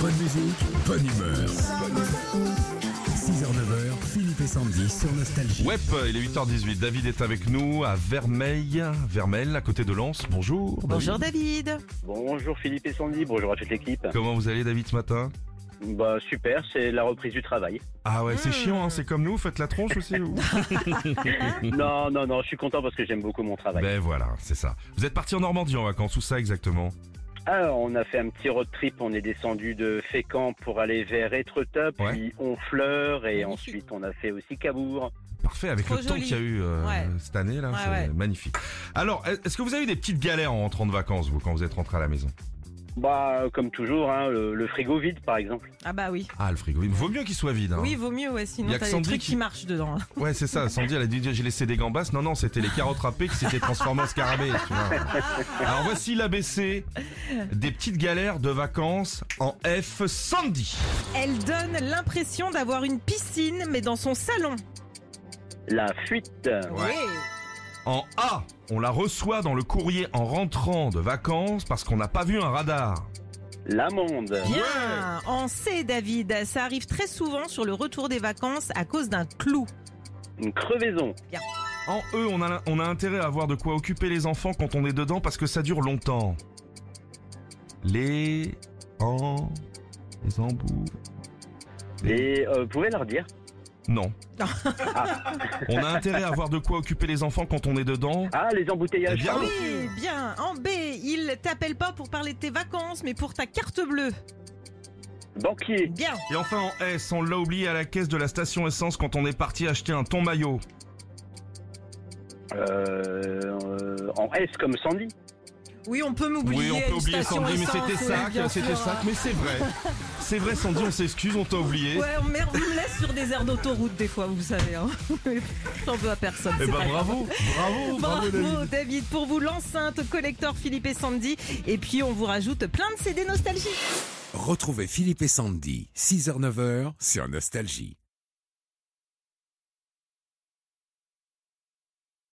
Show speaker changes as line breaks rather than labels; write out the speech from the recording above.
Bonne musique, bonne humeur. 6h, 9h, Philippe et Sandy sur Nostalgie.
Web, il est 8h18. David est avec nous à Vermeil, Vermeil, à côté de Lens. Bonjour. David.
Bonjour David.
Bonjour Philippe et Sandy, bonjour à toute l'équipe.
Comment vous allez, David, ce matin
Bah super, c'est la reprise du travail.
Ah ouais,
Hmm.
c'est chiant, hein, c'est comme nous, faites la tronche aussi. vous.
non, non, non, je suis content parce que j'aime beaucoup mon travail.
Mhm. ben voilà, c'est ça. Vous êtes parti en Normandie en vacances, où ça exactement
Alors, Ah, on a fait un petit road trip, on est descendu de Fécamp pour aller vers Étretat,
Ouais.
puis Honfleur et
Magnifique.
ensuite on a fait aussi Cabourg.
Parfait, avec
Trop
le temps
joli.
qu'il y a eu euh,
Ouais.
cette année, là,
Ouais,
c'est
ouais.
magnifique. Alors, est-ce que vous avez eu des petites galères en rentrant de vacances, vous, quand vous êtes rentré à la maison
Bah, comme toujours, hein, le, le frigo vide par exemple.
Ah bah oui.
Ah, le frigo, il vaut mieux qu'il soit vide. hein.
Oui, vaut mieux, ouais,
Y
sinon
a que
t'as des
Sandy
trucs
qui-
qui marchent dedans. hein.
Ouais, c'est ça. Sandy, elle a dit j'ai laissé des gambas. Non, non, c'était les carottes râpées qui s'étaient transformées en scarabées. tu vois. Alors voici l'ABC des petites galères de vacances en F. Sandy.
Elle donne l'impression d'avoir une piscine, mais dans son salon.
La fuite.
Ouais. En A, on la reçoit dans le courrier en rentrant de vacances parce qu'on n'a pas vu un radar.
L'amende.
Bien. En C, David, ça arrive très souvent sur le retour des vacances à cause d'un clou.
Une crevaison.
En E, on a, on a intérêt à avoir de quoi occuper les enfants quand on est dedans parce que ça dure longtemps. Les... En... Les embouts...
Et euh, vous pouvez leur dire
Non.
Non.
on a intérêt à avoir de quoi occuper les enfants quand on est dedans.
Ah, les embouteillages.
Eh bien,
pardon.
Oui, bien. En B, il t'appelle pas pour parler de tes vacances, mais pour ta carte bleue.
Banquier.
Bien.
Et enfin en S, on l'a oublié à la caisse de la station essence quand on est parti acheter un ton maillot.
Euh, euh, en S comme Sandy.
Oui, on peut
oui,
m'oublier.
on
à
peut
une
oublier
station
Sandy, mais
essence,
c'était
oui,
sac,
bien
c'était
sûr.
sac, mais c'est vrai. C'est vrai Sandy, on s'excuse, on t'a oublié.
Ouais, on, met- on me laisse sur des aires d'autoroute des fois, vous savez. Hein. J'en veux à personne.
Eh
c'est
ben
pas grave.
bravo, bravo, bravo
Bravo
David.
David. pour vous l'enceinte collector Philippe et Sandy et puis on vous rajoute plein de CD nostalgie.
Retrouvez Philippe et Sandy, 6h, 9h sur Nostalgie.